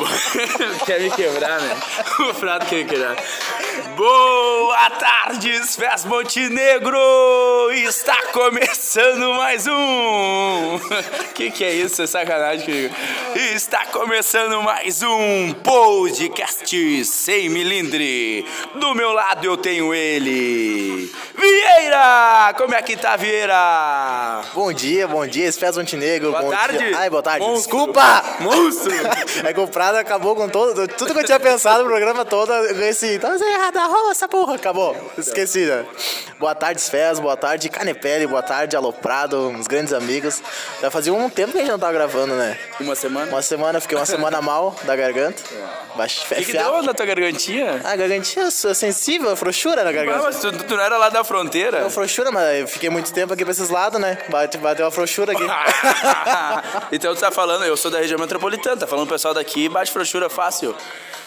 Quer me quebrar, né? O Frado quer me quebrar. Boa tarde, Fes Montenegro! Está começando mais um! Que que é isso? É sacanagem comigo. Está começando mais um podcast sem milindre. Do meu lado eu tenho ele, Vieira! Como é que tá, Vieira? Bom dia, bom dia, Espécie Montenegro. Boa bom tarde. Dia. Ai, boa tarde. Monstro. Desculpa! Monstro! É que o Prado acabou com todo, tudo que eu tinha pensado no programa todo. eu Esse, tá errada, rola essa porra. Acabou, esquecida. Boa tarde, Fez, boa tarde, Canepele, boa tarde, Aloprado, uns grandes amigos. Já fazia um tempo que a gente não tava gravando, né? Uma semana? Uma semana, eu fiquei uma semana mal da garganta. Baixo, O que, que deu na tua gargantinha? Ah, gargantinha é sensível, é frouxura na Ah, garganta. mas tu, tu não era lá da fronteira? Deu frouxura, mas eu fiquei muito tempo aqui pra esses lados, né? Bate- Bateu uma frouxura aqui. então tu tá falando, eu sou da região metropolitana, tá falando o pessoal daqui, bate frouxura fácil.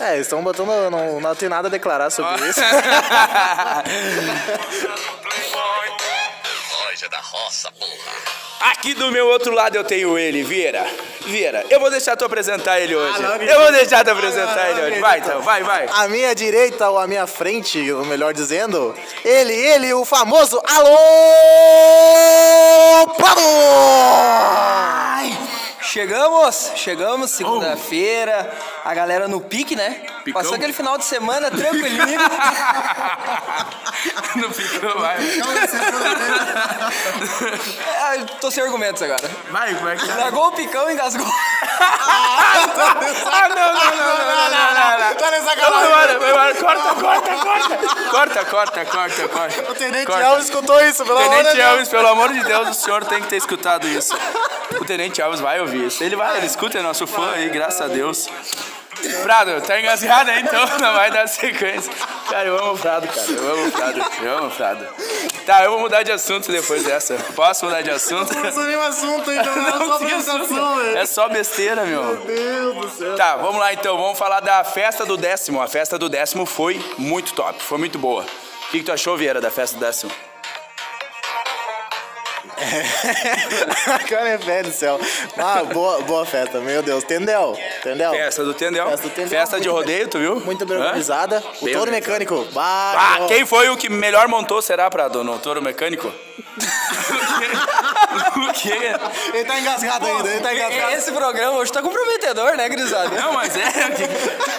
É, eles estão botando. Não, não tem nada a declarar sobre isso. Loja da roça, porra. Aqui do meu outro lado eu tenho ele, Vieira. Vieira, eu vou deixar tu apresentar ele hoje. não acredito. eu vou deixar tu Ah, apresentar não, ele não hoje. Vai acredito. então, vai, vai. À minha direita, ou à minha frente, ou melhor dizendo, ele, ele, o famoso Alô Prado! Chegamos, chegamos, segunda-feira, a galera no pique, né? Picão. Passou aquele final de semana tranquilinho. Não ficou, vai. Ah, eu tô sem argumentos agora. Vai, como é que tá? Largou o picão e engasgou. Ah, não, não, não, não, não, não, não. Tá nessa Vamos galera! embora, vamos embora. Corta, corta, corta. Corta, corta, corta, corta. O Tenente Corta. Alves escutou isso, pelo amor de Tenente Deus! Alves, pelo amor de Deus, o senhor tem que ter escutado isso. O Tenente Alves vai ouvir isso. Ele vai, ele escuta, é nosso fã aí, graças a Deus. Prado, tá engasgado aí então, não vai dar sequência. Cara, eu amo o Prado, cara. Eu amo o Prado, eu amo o Prado. Tá, eu vou mudar de assunto depois dessa. Posso mudar de assunto? Não nenhum assunto então, né? ainda, Não tem assunto. né? É só besteira, meu. Tá, vamos lá então, vamos falar da festa do décimo. A festa do décimo foi muito top, foi muito boa. O que, que tu achou, Vieira, da festa do décimo? Cara, é velho do céu. Ah, boa, boa festa, meu Deus. Tendel, Tendel. Festa do Tendel. Festa do Tendel. Festa de Muito rodeio, tu viu? Muito bem Hã? organizada. O Bem touro organizado. mecânico. Ah, Bah, quem foi o que melhor montou, será, pra dono? O touro mecânico? o quê? é, Ele tá engasgado ainda, ele tá engasgado. Esse programa hoje tá comprometedor, né, gurizada? Não, mas é. que-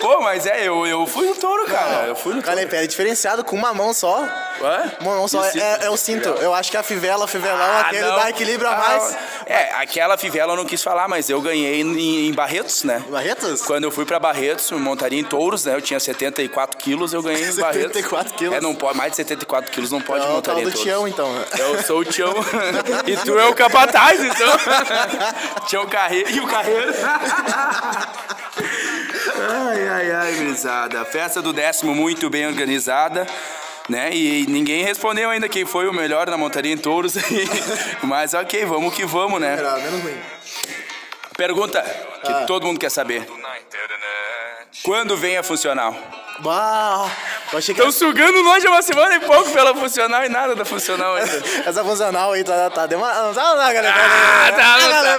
Pô, mas é, eu, eu fui no touro, cara. Eu fui no touro. Cara, é diferenciado com uma mão só. Hã? Uma mão só E é, cinto? é- é o cinto. Eu acho que a fivela, a fivelão, aquele não. dá equilíbrio a Ah, mais. É, aquela fivela eu não quis falar, mas eu ganhei em, em Barretos, né? Barretos? Quando eu fui pra Barretos, eu montaria em touros, né? Eu tinha 74 quilos, eu ganhei em Barretos. 74 quilos? É, não pode, mais de 74 quilos não pode É o montar tal em do touros. Tião, então. Eu sou o Tião. e tu é o capataz, então. Tião Carreiro. E o Carreiro. ai, ai, ai, gurizada. Festa do décimo muito bem organizada. Né? E ninguém respondeu ainda quem foi o melhor na montaria em touros. Mas ok, vamos que vamos, né? Era menos ruim. Pergunta que todo mundo quer saber. Na internet. Quando vem a funcional? Bah, eu achei que Estão sugando nós de uma semana e pouco pela funcional e nada da funcional ainda. essa funcional aí tá, tá demorando. Tá, tá, galera. Ah, tá, Ah, tá. galera,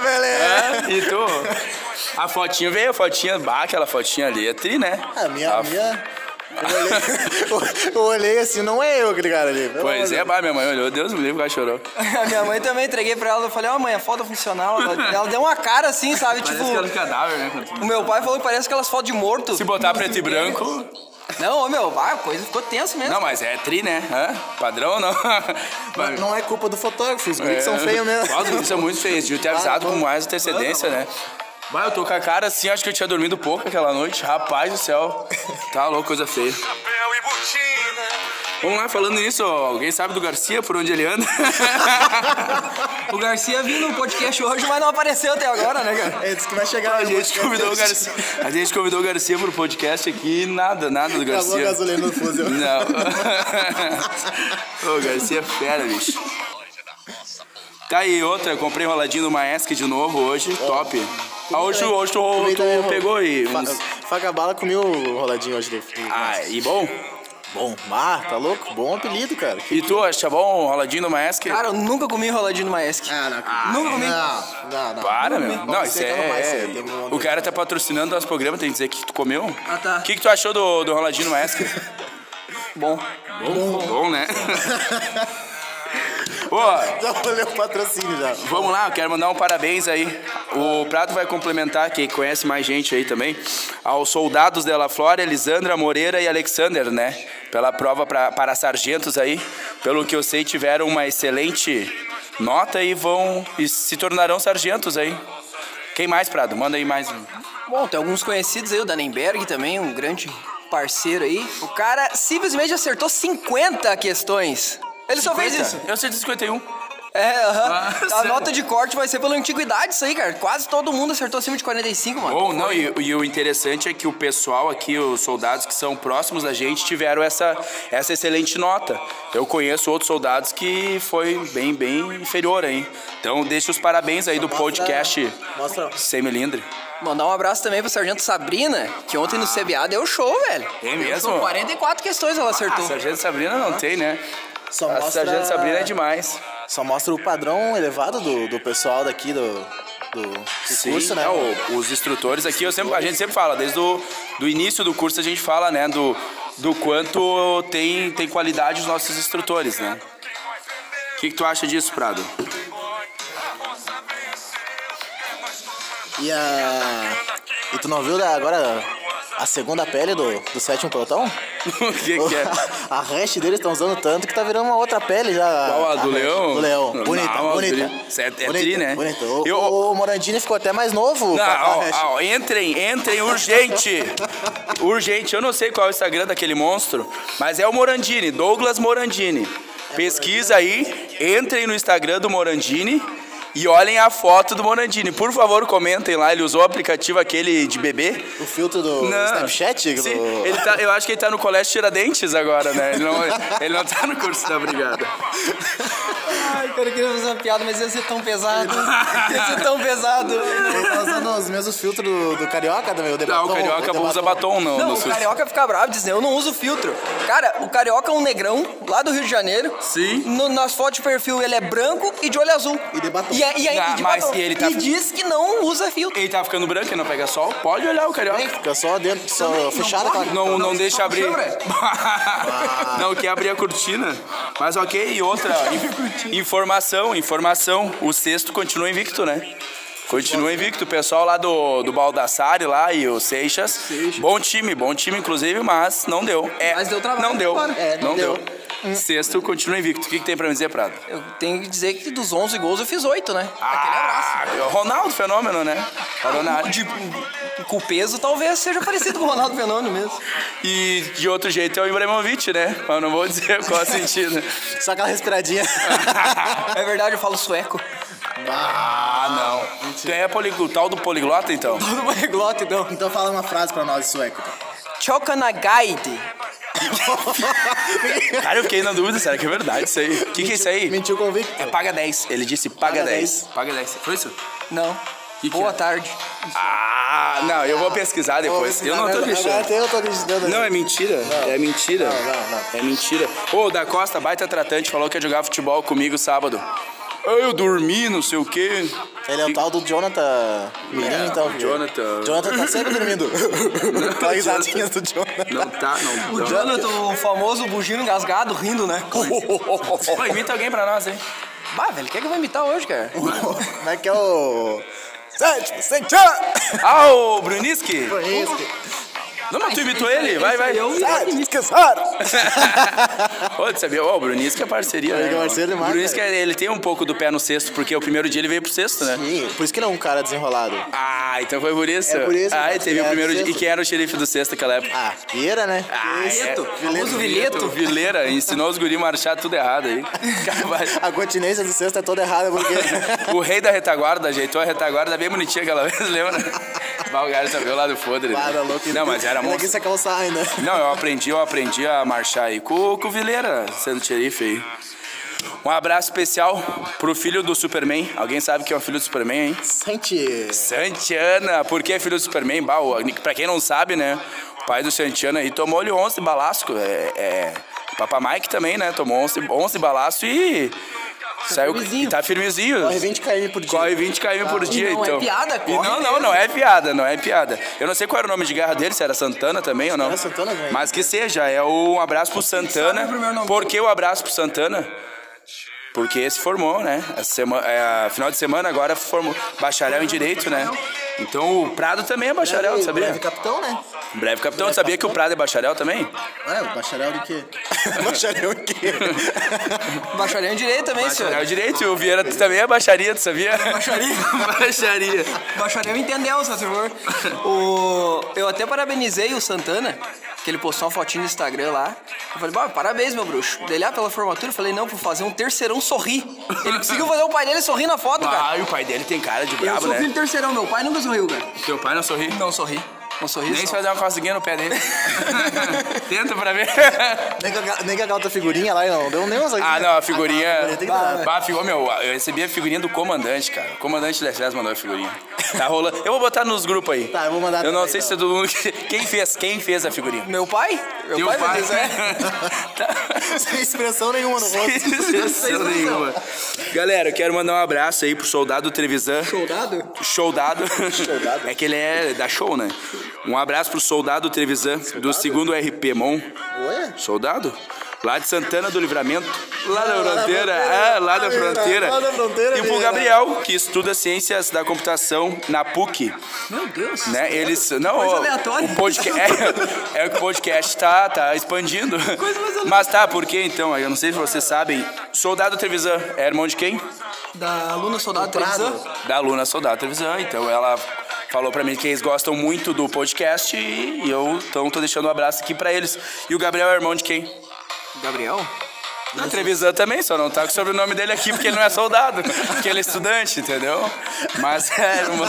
É, beleza. e tu? A fotinha veio, a fotinha, bah, aquela fotinha ali, é tri, né? Ah, minha, A- minha... Eu olhei, eu olhei assim, não é eu aquele cara ali. pelo amor Pois de é, Deus. bah, minha mãe olhou, Deus me livre, ela chorou. A minha mãe também entreguei pra ela, eu falei, ó, mãe, é foto funcional. Ela, ela deu uma cara assim, sabe? Tipo, cadáver, né? o meu pai falou que parece aquelas fotos de morto. Se é botar preto e branco... Não, ô meu, ah, a coisa ficou tenso mesmo. Não, mas é tri, né? Hã? Padrão ou não? Mas- Não é culpa do fotógrafo, os É. é. são feios mesmo. Nossa, isso é muito feio. Devia ter avisado com mais antecedência, né? Mas eu tô com a cara assim, acho que eu tinha dormido pouco aquela noite. Rapaz do céu. Tá louco, coisa feia. Chapéu e botina. Vamos lá, falando nisso, ó, alguém sabe do Garcia, por onde ele anda? O Garcia vindo no podcast hoje, mas não apareceu até agora, né, cara? É, disse que vai chegar A no gente podcast. convidou o Garcia. A gente convidou o Garcia pro podcast aqui e nada, nada do Acabou a Garcia. gasolina no fuzil. Não. Ô, Garcia é fera, bicho. Tá aí, outra, comprei enroladinho no Maesc de novo hoje, top. Ah, hoje, tu- hoje tu, Comi tu também, pegou aí Fa uns... faca bala comiu o roladinho hoje. dele. Ah, e bom? Bom, ah, tá louco? Bom apelido, cara. Que- E tu, acha bom um roladinho no Maesc? Cara, eu nunca comi enroladinho no Maesc. Ah, não. nunca comi. Não, não, não. Para, meu. Não, Vamos isso secar no Maesc, é. é- tem um- O cara tá patrocinando nosso programa, tem que dizer que tu comeu. Ah, tá. O que, que tu achou do, do roladinho no Maesc? Bom. Bom, bom, né? Ô, Já olhei o patrocínio já. Vamos lá, eu quero mandar um parabéns aí. O Prato vai complementar, quem conhece mais gente aí também, aos soldados dela Flora, Elisandra Moreira e Alexander, né? Pela prova pra, para sargentos aí. Pelo que eu sei, tiveram uma excelente nota e vão. e se tornarão sargentos aí. Quem mais, Prado? Manda aí mais um. Bom, tem alguns conhecidos aí, o Danenberg também, um grande parceiro aí. O cara simplesmente acertou 50 questões. Ele só fez isso. Eu sei de 51. É, aham. Nossa. A nota de corte vai ser pela antiguidade isso aí, cara. Quase todo mundo acertou acima de 45, mano. Bom, não, e, e o interessante é que o pessoal aqui, os soldados que são próximos da gente, tiveram essa, essa excelente nota. Eu conheço outros soldados que foi bem, bem inferior, hein? Então, deixa os parabéns aí do podcast Mostra. Sem Melindre. Mandar um abraço também pro Sargento Sabrina, que ontem no CBA deu show, velho. É Deu mesmo? show, 44 questões A ela acertou. Sargento Sabrina não tem, né? Só A mostra- Sargento Sabrina é demais. Só mostra o padrão elevado do, do pessoal daqui do, do, do curso, né? é, o- os instrutores aqui, eu sempre, a gente sempre fala, desde o do início do curso a gente fala, né, do, do quanto tem, tem qualidade os nossos instrutores, né? O que, que tu acha disso, Prado? E a... E tu não viu da- agora a segunda pele do, do sétimo pelotão? O que, que é? A ranch deles estão usando tanto que tá virando uma outra pele já. Qual a do ranch leão? Do leão. Não, Bonita, não, bonita. tri- Isso é- é tri, Bonita, né? Bonita. O, Eu- o Morandini ficou até mais novo. com Não, a ó, ranch. ó, entrem, entrem, urgente! urgente, eu não sei qual é o Instagram daquele monstro, mas é o Morandini, Douglas Morandini. Pesquisa aí, entrem no Instagram do Morandini e olhem a foto do Morandini. Por favor, comentem lá, ele usou o aplicativo aquele de bebê. O filtro do Não. Snapchat? Sim, do- ele tá- eu acho que ele tá no Colégio Tiradentes agora, né? Ele não, ele não tá no curso da Brigada. Ai, cara, eu queria fazer uma piada, mas ia ser tão pesado. ia ser é tão pesado. Ele tá usando os mesmos filtros do, do Carioca também, o Ah, Debatom. o Carioca usa batom, não. Não, no o sul. carioca fica bravo, diz, eu não uso filtro. Cara, o carioca é um negrão, lá do Rio de Janeiro. Sim. No, nas fotos de perfil ele é branco e de olho azul. E de batom. E, é- e ainda Ah, de mas batom. ele tá- E diz que não usa filtro. Ele tá ficando branco, ele não pega sol. Pode olhar o carioca. Fica só dentro, só fechado. pode? aquela- Não, não, Não, deixa não abrir. chama. não quer abrir é a cortina. Mas ok, e outra. in- informação, informação. O sexto continua invicto, né? Continua invicto. O pessoal lá do, do Baldassare lá e o Seixas. Bom time, bom time, inclusive, mas não deu. É, Mas deu trabalho Não deu. agora. É, não, não deu. Hum. deu. Sexto continua invicto. O que, que tem pra me dizer, Prado? Eu tenho que dizer que dos 11 gols eu fiz 8, né? Ah, Ronaldo, fenômeno, né? Ronaldo. De, com o peso talvez seja parecido com o Ronaldo Fenômeno mesmo. E de outro jeito é o Ibrahimovic, né? Mas não vou dizer qual é o sentido. Só aquela respiradinha. É verdade, eu falo sueco. Ah, não. Tu é poli- o tal do poliglota, então? Todo poliglota, então. então fala uma frase pra nós, sueco. Chocanagaide. Cara, eu fiquei na dúvida, será que é verdade isso aí? O que, que é isso aí? Mentiu convicto. É paga 10. Ele disse paga Paga 10. Paga 10. Foi isso? Não. Que que Boa é? tarde. Ah, não, eu vou pesquisar depois. Eu não tô Agora acreditando. até eu tô acreditando. Não, é mentira. É mentira. Não, não, não. É mentira. Ô, o da Costa, baita tratante, falou que ia jogar futebol comigo sábado. Ah, Eu dormi, não sei o quê. Ele é o tal do Jonathan Mirim, É, então. o Jonathan. Jonathan tá sempre dormindo. Aquela risadinha do Jonathan. Não tá, não. O Jonathan, o famoso bugio engasgado, rindo, né? Pô, imita alguém pra nós, hein? Bah, velho, o que é que eu vou imitar hoje, cara? Como é que é o... Sente, sente! Sente! Ah, o Bruniski? Não, mas tu imitou ele? Vai, vai. Esqueçaram! Ô, tu sabia? Ó, o Bruniski é parceria, né? Ele é irmão? parceiro demais, O Bruniski, ele tem um pouco do pé no cesto, porque o primeiro dia ele veio pro cesto, né? Ih, Por isso que ele é um cara desenrolado. Ah, então foi por isso. É por isso que Ah, ele e teve é o do primeiro dia. cesto. E quem era o xerife do cesto naquela época? Ah, Vieira, né? Ah, Vileto, Vileto. famoso Vileto. Vileira, ensinou os guri a marchar tudo errado aí. Cara, vai- A continência do sexto é toda errada, porque... O rei da retaguarda ajeitou a retaguarda bem bonitinha aquela vez, lembra? Bah, O cara também lá do fodre. Para, louco. Não, mas era Ele monstro. quis se calçar ainda. Não, eu aprendi, eu aprendi a marchar aí com, com o Vileira, sendo xerife aí. Um abraço especial pro filho do Superman. Alguém sabe que é o filho do Superman, hein? Sente... Santiana, por que filho do Superman? Bah, o- pra quem não sabe, né? Pai do Santiano aí tomou-lhe 11 balasco. É, é, Papa Mike também, né? Tomou 11, 11 balaço e. Saiu firmezinho. e tá firmezinho. Corre 20 km por dia. Corre 20 km por dia, não é então. piada, E corre não, não, mesmo. não é piada, não é piada. Eu não sei qual era o nome de guerra dele, se era Santana também ou não. Era Santana, né? Mas que seja, é o um abraço pro Santana. É, sabe o primeiro nome. Por que o abraço pro Santana? Porque se formou, né? Essa semana, é, final de semana agora formou bacharel em direito, né? Então o Prado também é bacharel, tu sabia? Breve capitão, né? Breve capitão, tu sabia que o Prado é bacharel também? É, o bacharel do quê? Bacharel em quê? Bacharel em direito também, Bacharel senhor. em direito, e o Vieira também é bacharia, tu sabia? Bacharia. bacharia. Bacharel entendeu, por favor. O... Eu até parabenizei o Santana, que ele postou uma fotinha no Instagram lá. Eu falei, "Bah, parabéns, meu bruxo. Dele lá pela formatura, eu falei, não, vou fazer um terceirão sorrir. Ele conseguiu fazer o pai dele sorrir na foto, cara. Ah, e o pai dele tem cara de Eu brabo, sou né? É filho do terceirão, meu pai nunca sorriu, cara. Teu pai não sorri? Não sorri. Não sorri. Nem se vai dar uma coceguinha no pé dele. Tenta pra ver. nem, que a, ga- nem que a gata figurinha lá, não. Deu nem umas aqui. Ah, não, a figurinha. Ah, tá, a figurinha tem que Bah, dar. bah, figu- meu, eu recebi a figurinha do comandante, cara. O comandante da SES mandou a figurinha. Tá rolando. Eu vou botar nos grupos aí. Tá, eu vou mandar Eu não também, sei se todo mundo. Quem fez? Quem fez a figurinha? Meu pai? Meu Teu pai, meu Deus, é. Tá. Sem expressão nenhuma no rosto. Sensação nenhuma. Galera, eu quero mandar um abraço aí pro soldado Trevisan. Soldado? Soldado. É que ele é da show, né? Um abraço pro soldado Trevisan, do segundo RP Mon. Ué? Soldado? Lá de Santana do Livramento. Lá da da fronteira. fronteira. Ah, lá Ah, da menina, fronteira. lá da fronteira, E pro menina. Gabriel, que estuda ciências da computação na PUC. Meu Deus. Né? Eles. Não, Coisa o- aleatória. O podcast, é, o que o podcast tá, tá expandindo. aleatória. Mas tá, por que então? Eu não sei se vocês sabem. Soldado Trevisan é irmão de quem? Da aluna soldado Trevisan. da aluna Soldado Trevisan, então ela falou pra mim que eles gostam muito do podcast e eu então tô deixando um abraço aqui pra eles. E o Gabriel é irmão de quem? Gabriel? Da Trevisan também, só não tá com o sobrenome dele aqui porque ele não é soldado, porque ele é estudante, entendeu? Mas é, irmão.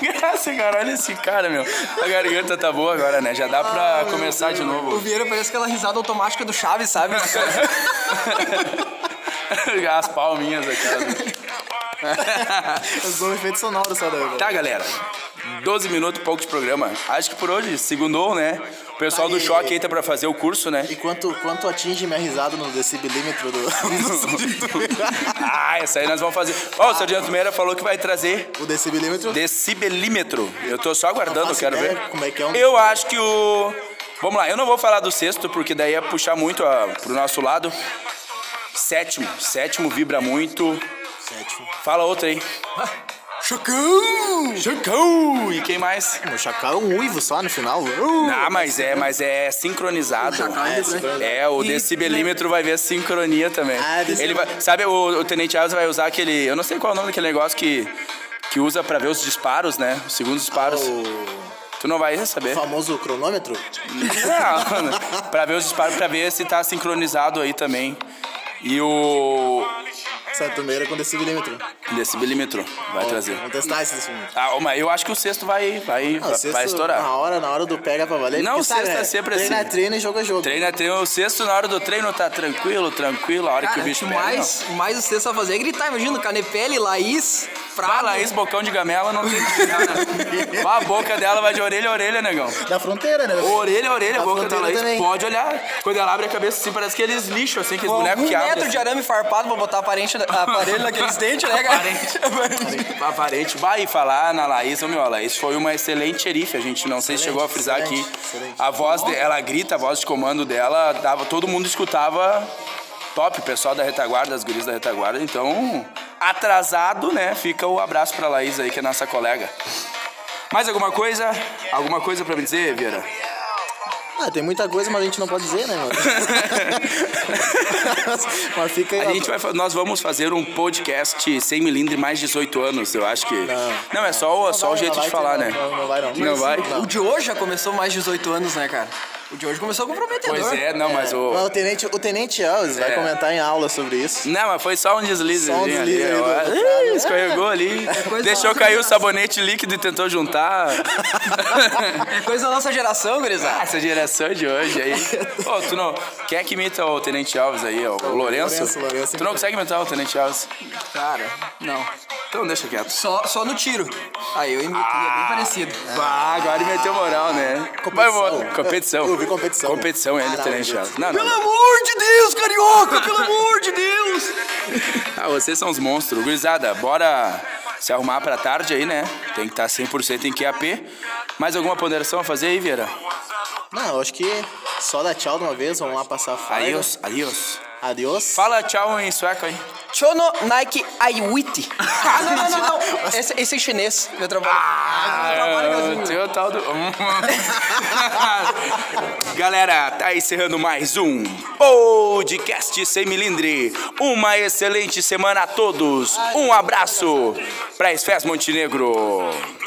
Que Graça, cara, olha esse cara, meu. A garganta tá boa agora, né? Já dá pra começar de O novo. Vieira parece aquela risada automática do Chaves, sabe? As palminhas aqui. tá Usou um efeito sonoro só daí. Tá, galera. 12 minutos, pouco de programa. Acho que por hoje, segundou, né? O pessoal do Aí. Choque entra pra fazer o curso, né? E quanto, quanto atinge minha risada no decibilímetro do... Ah, essa aí nós vamos fazer. Ó, o Sargento Meira falou que vai trazer o decibilímetro? decibelímetro. Eu tô só aguardando, Não faço quero ver. ideia como é que é um- Eu acho que o... Vamos lá, eu não vou falar do sexto, porque daí é puxar muito ah, pro nosso lado. Sétimo. Sétimo vibra muito. Sétimo. Fala outra aí. Chocão! Chocou! E quem mais? O chacal é um uivo só no final. Uh! Ah, mas é, mas é sincronizado. Chacal, né? É, o E- decibelímetro vai ver a sincronia também. Ah, desse- ele vai, sabe, o, o Tenente Alves vai usar aquele. Eu não sei qual é o nome daquele negócio que, que usa pra ver os disparos, né? Os segundos disparos. Ah, O Tu não vai saber. É famoso cronômetro? Não, pra ver os disparos, pra ver se tá sincronizado aí também. E o. Santo Meira com decibilímetro. Decibelímetro vai trazer. Vamos testar esse decibilímetro. Ah, mas eu acho que o sexto vai, vai, Não, vai, sexto, vai estourar. Na hora, na hora do pega pra valer. Não, porque sabe, sexta né? é sempre treina, assim. Treina, treina e joga jogo. Treina, treina. O sexto, na hora do treino, tá tranquilo, tranquilo. A hora que Cara, o bicho pega. não. mais, mais o sexto a fazer é gritar, imagina, Canepele, Laís, Ah, Prado. Laís, bocão de gamela, não tem que tirar, né? Bah, A boca dela vai de orelha a orelha, negão. Da fronteira, né? Orelha a Tá orelha, a A boca da fronteira Laís. também. Pode olhar. Quando ela abre a cabeça assim, parece que eles lixam, assim, aqueles Com bonecos um que abrem. metro de arame farpado pra botar aparente, aparelho naqueles dentes, né, cara? Aparente. Aparente. Vai falar na Laís, ô, meu, a Laís foi uma excelente xerife, a gente não sei se Excelente, chegou a frisar aqui. excelente, excelente. A voz, de- ela grita, a voz de comando dela, dava, todo mundo escutava top, o pessoal da retaguarda, as guris da retaguarda, então, atrasado, né, fica o abraço pra Laís aí, que é nossa colega. Mais alguma coisa? Alguma coisa pra me dizer, Vieira? Ah, tem muita coisa, mas a gente não pode dizer, né, mano? mas fica aí. A gente vai, fa- nós vamos fazer um podcast sem milindre mais 18 anos, eu acho que. Não, é só, o- só o vai, jeito não de vai falar, ter, né? não, não vai não. Não vai? O de hoje já começou mais de 18 anos, né, cara? O de hoje começou comprometedor. Pois é, não, mas o. Mas o tenente, o tenente Alves É. vai comentar em aula sobre isso. Não, mas foi só um deslize. Só um ali, deslize ali, ali ó. do- né? Ih, escorregou ali. É, um coisa Deixou nossa, cair o nossa. sabonete líquido e tentou juntar. É coisa da nossa geração, gurizada. Essa geração de hoje aí. Ô, tu não. Quem é que imita o Tenente Alves aí? ó? O Lourenço? Lourenço, Lourenço. Tu não consegue imitar o Tenente Alves? Cara, não. Ah, Então deixa quieto. Ah. Só, só no tiro. Aí eu imitei, é bem parecido. Bah, Ah, agora ele meteu moral, né? Mas, mano, competição. Eu vi competição. Competição, ele Caralho, diferenciado. Não, Pelo não. amor de Deus, carioca! Pelo amor de Deus! Ah, vocês são os monstros. Gurizada, bora se arrumar pra tarde aí, né? Tem que estar 100% em QAP. Mais alguma ponderação a fazer aí, Vieira? Não, eu acho que só dá tchau de uma vez, vamos lá passar a farda. Adiós, adiós. Adiós. Fala tchau em sueco aí. Chono Nike Aiwiti. Ah, não, não, não, não. Esse, esse é chinês, meu trabalho. Ah, teu tal do... Hum. Galera, tá encerrando mais um podcast sem milindre. Uma excelente semana a todos. Um abraço pra Esfés Montenegro.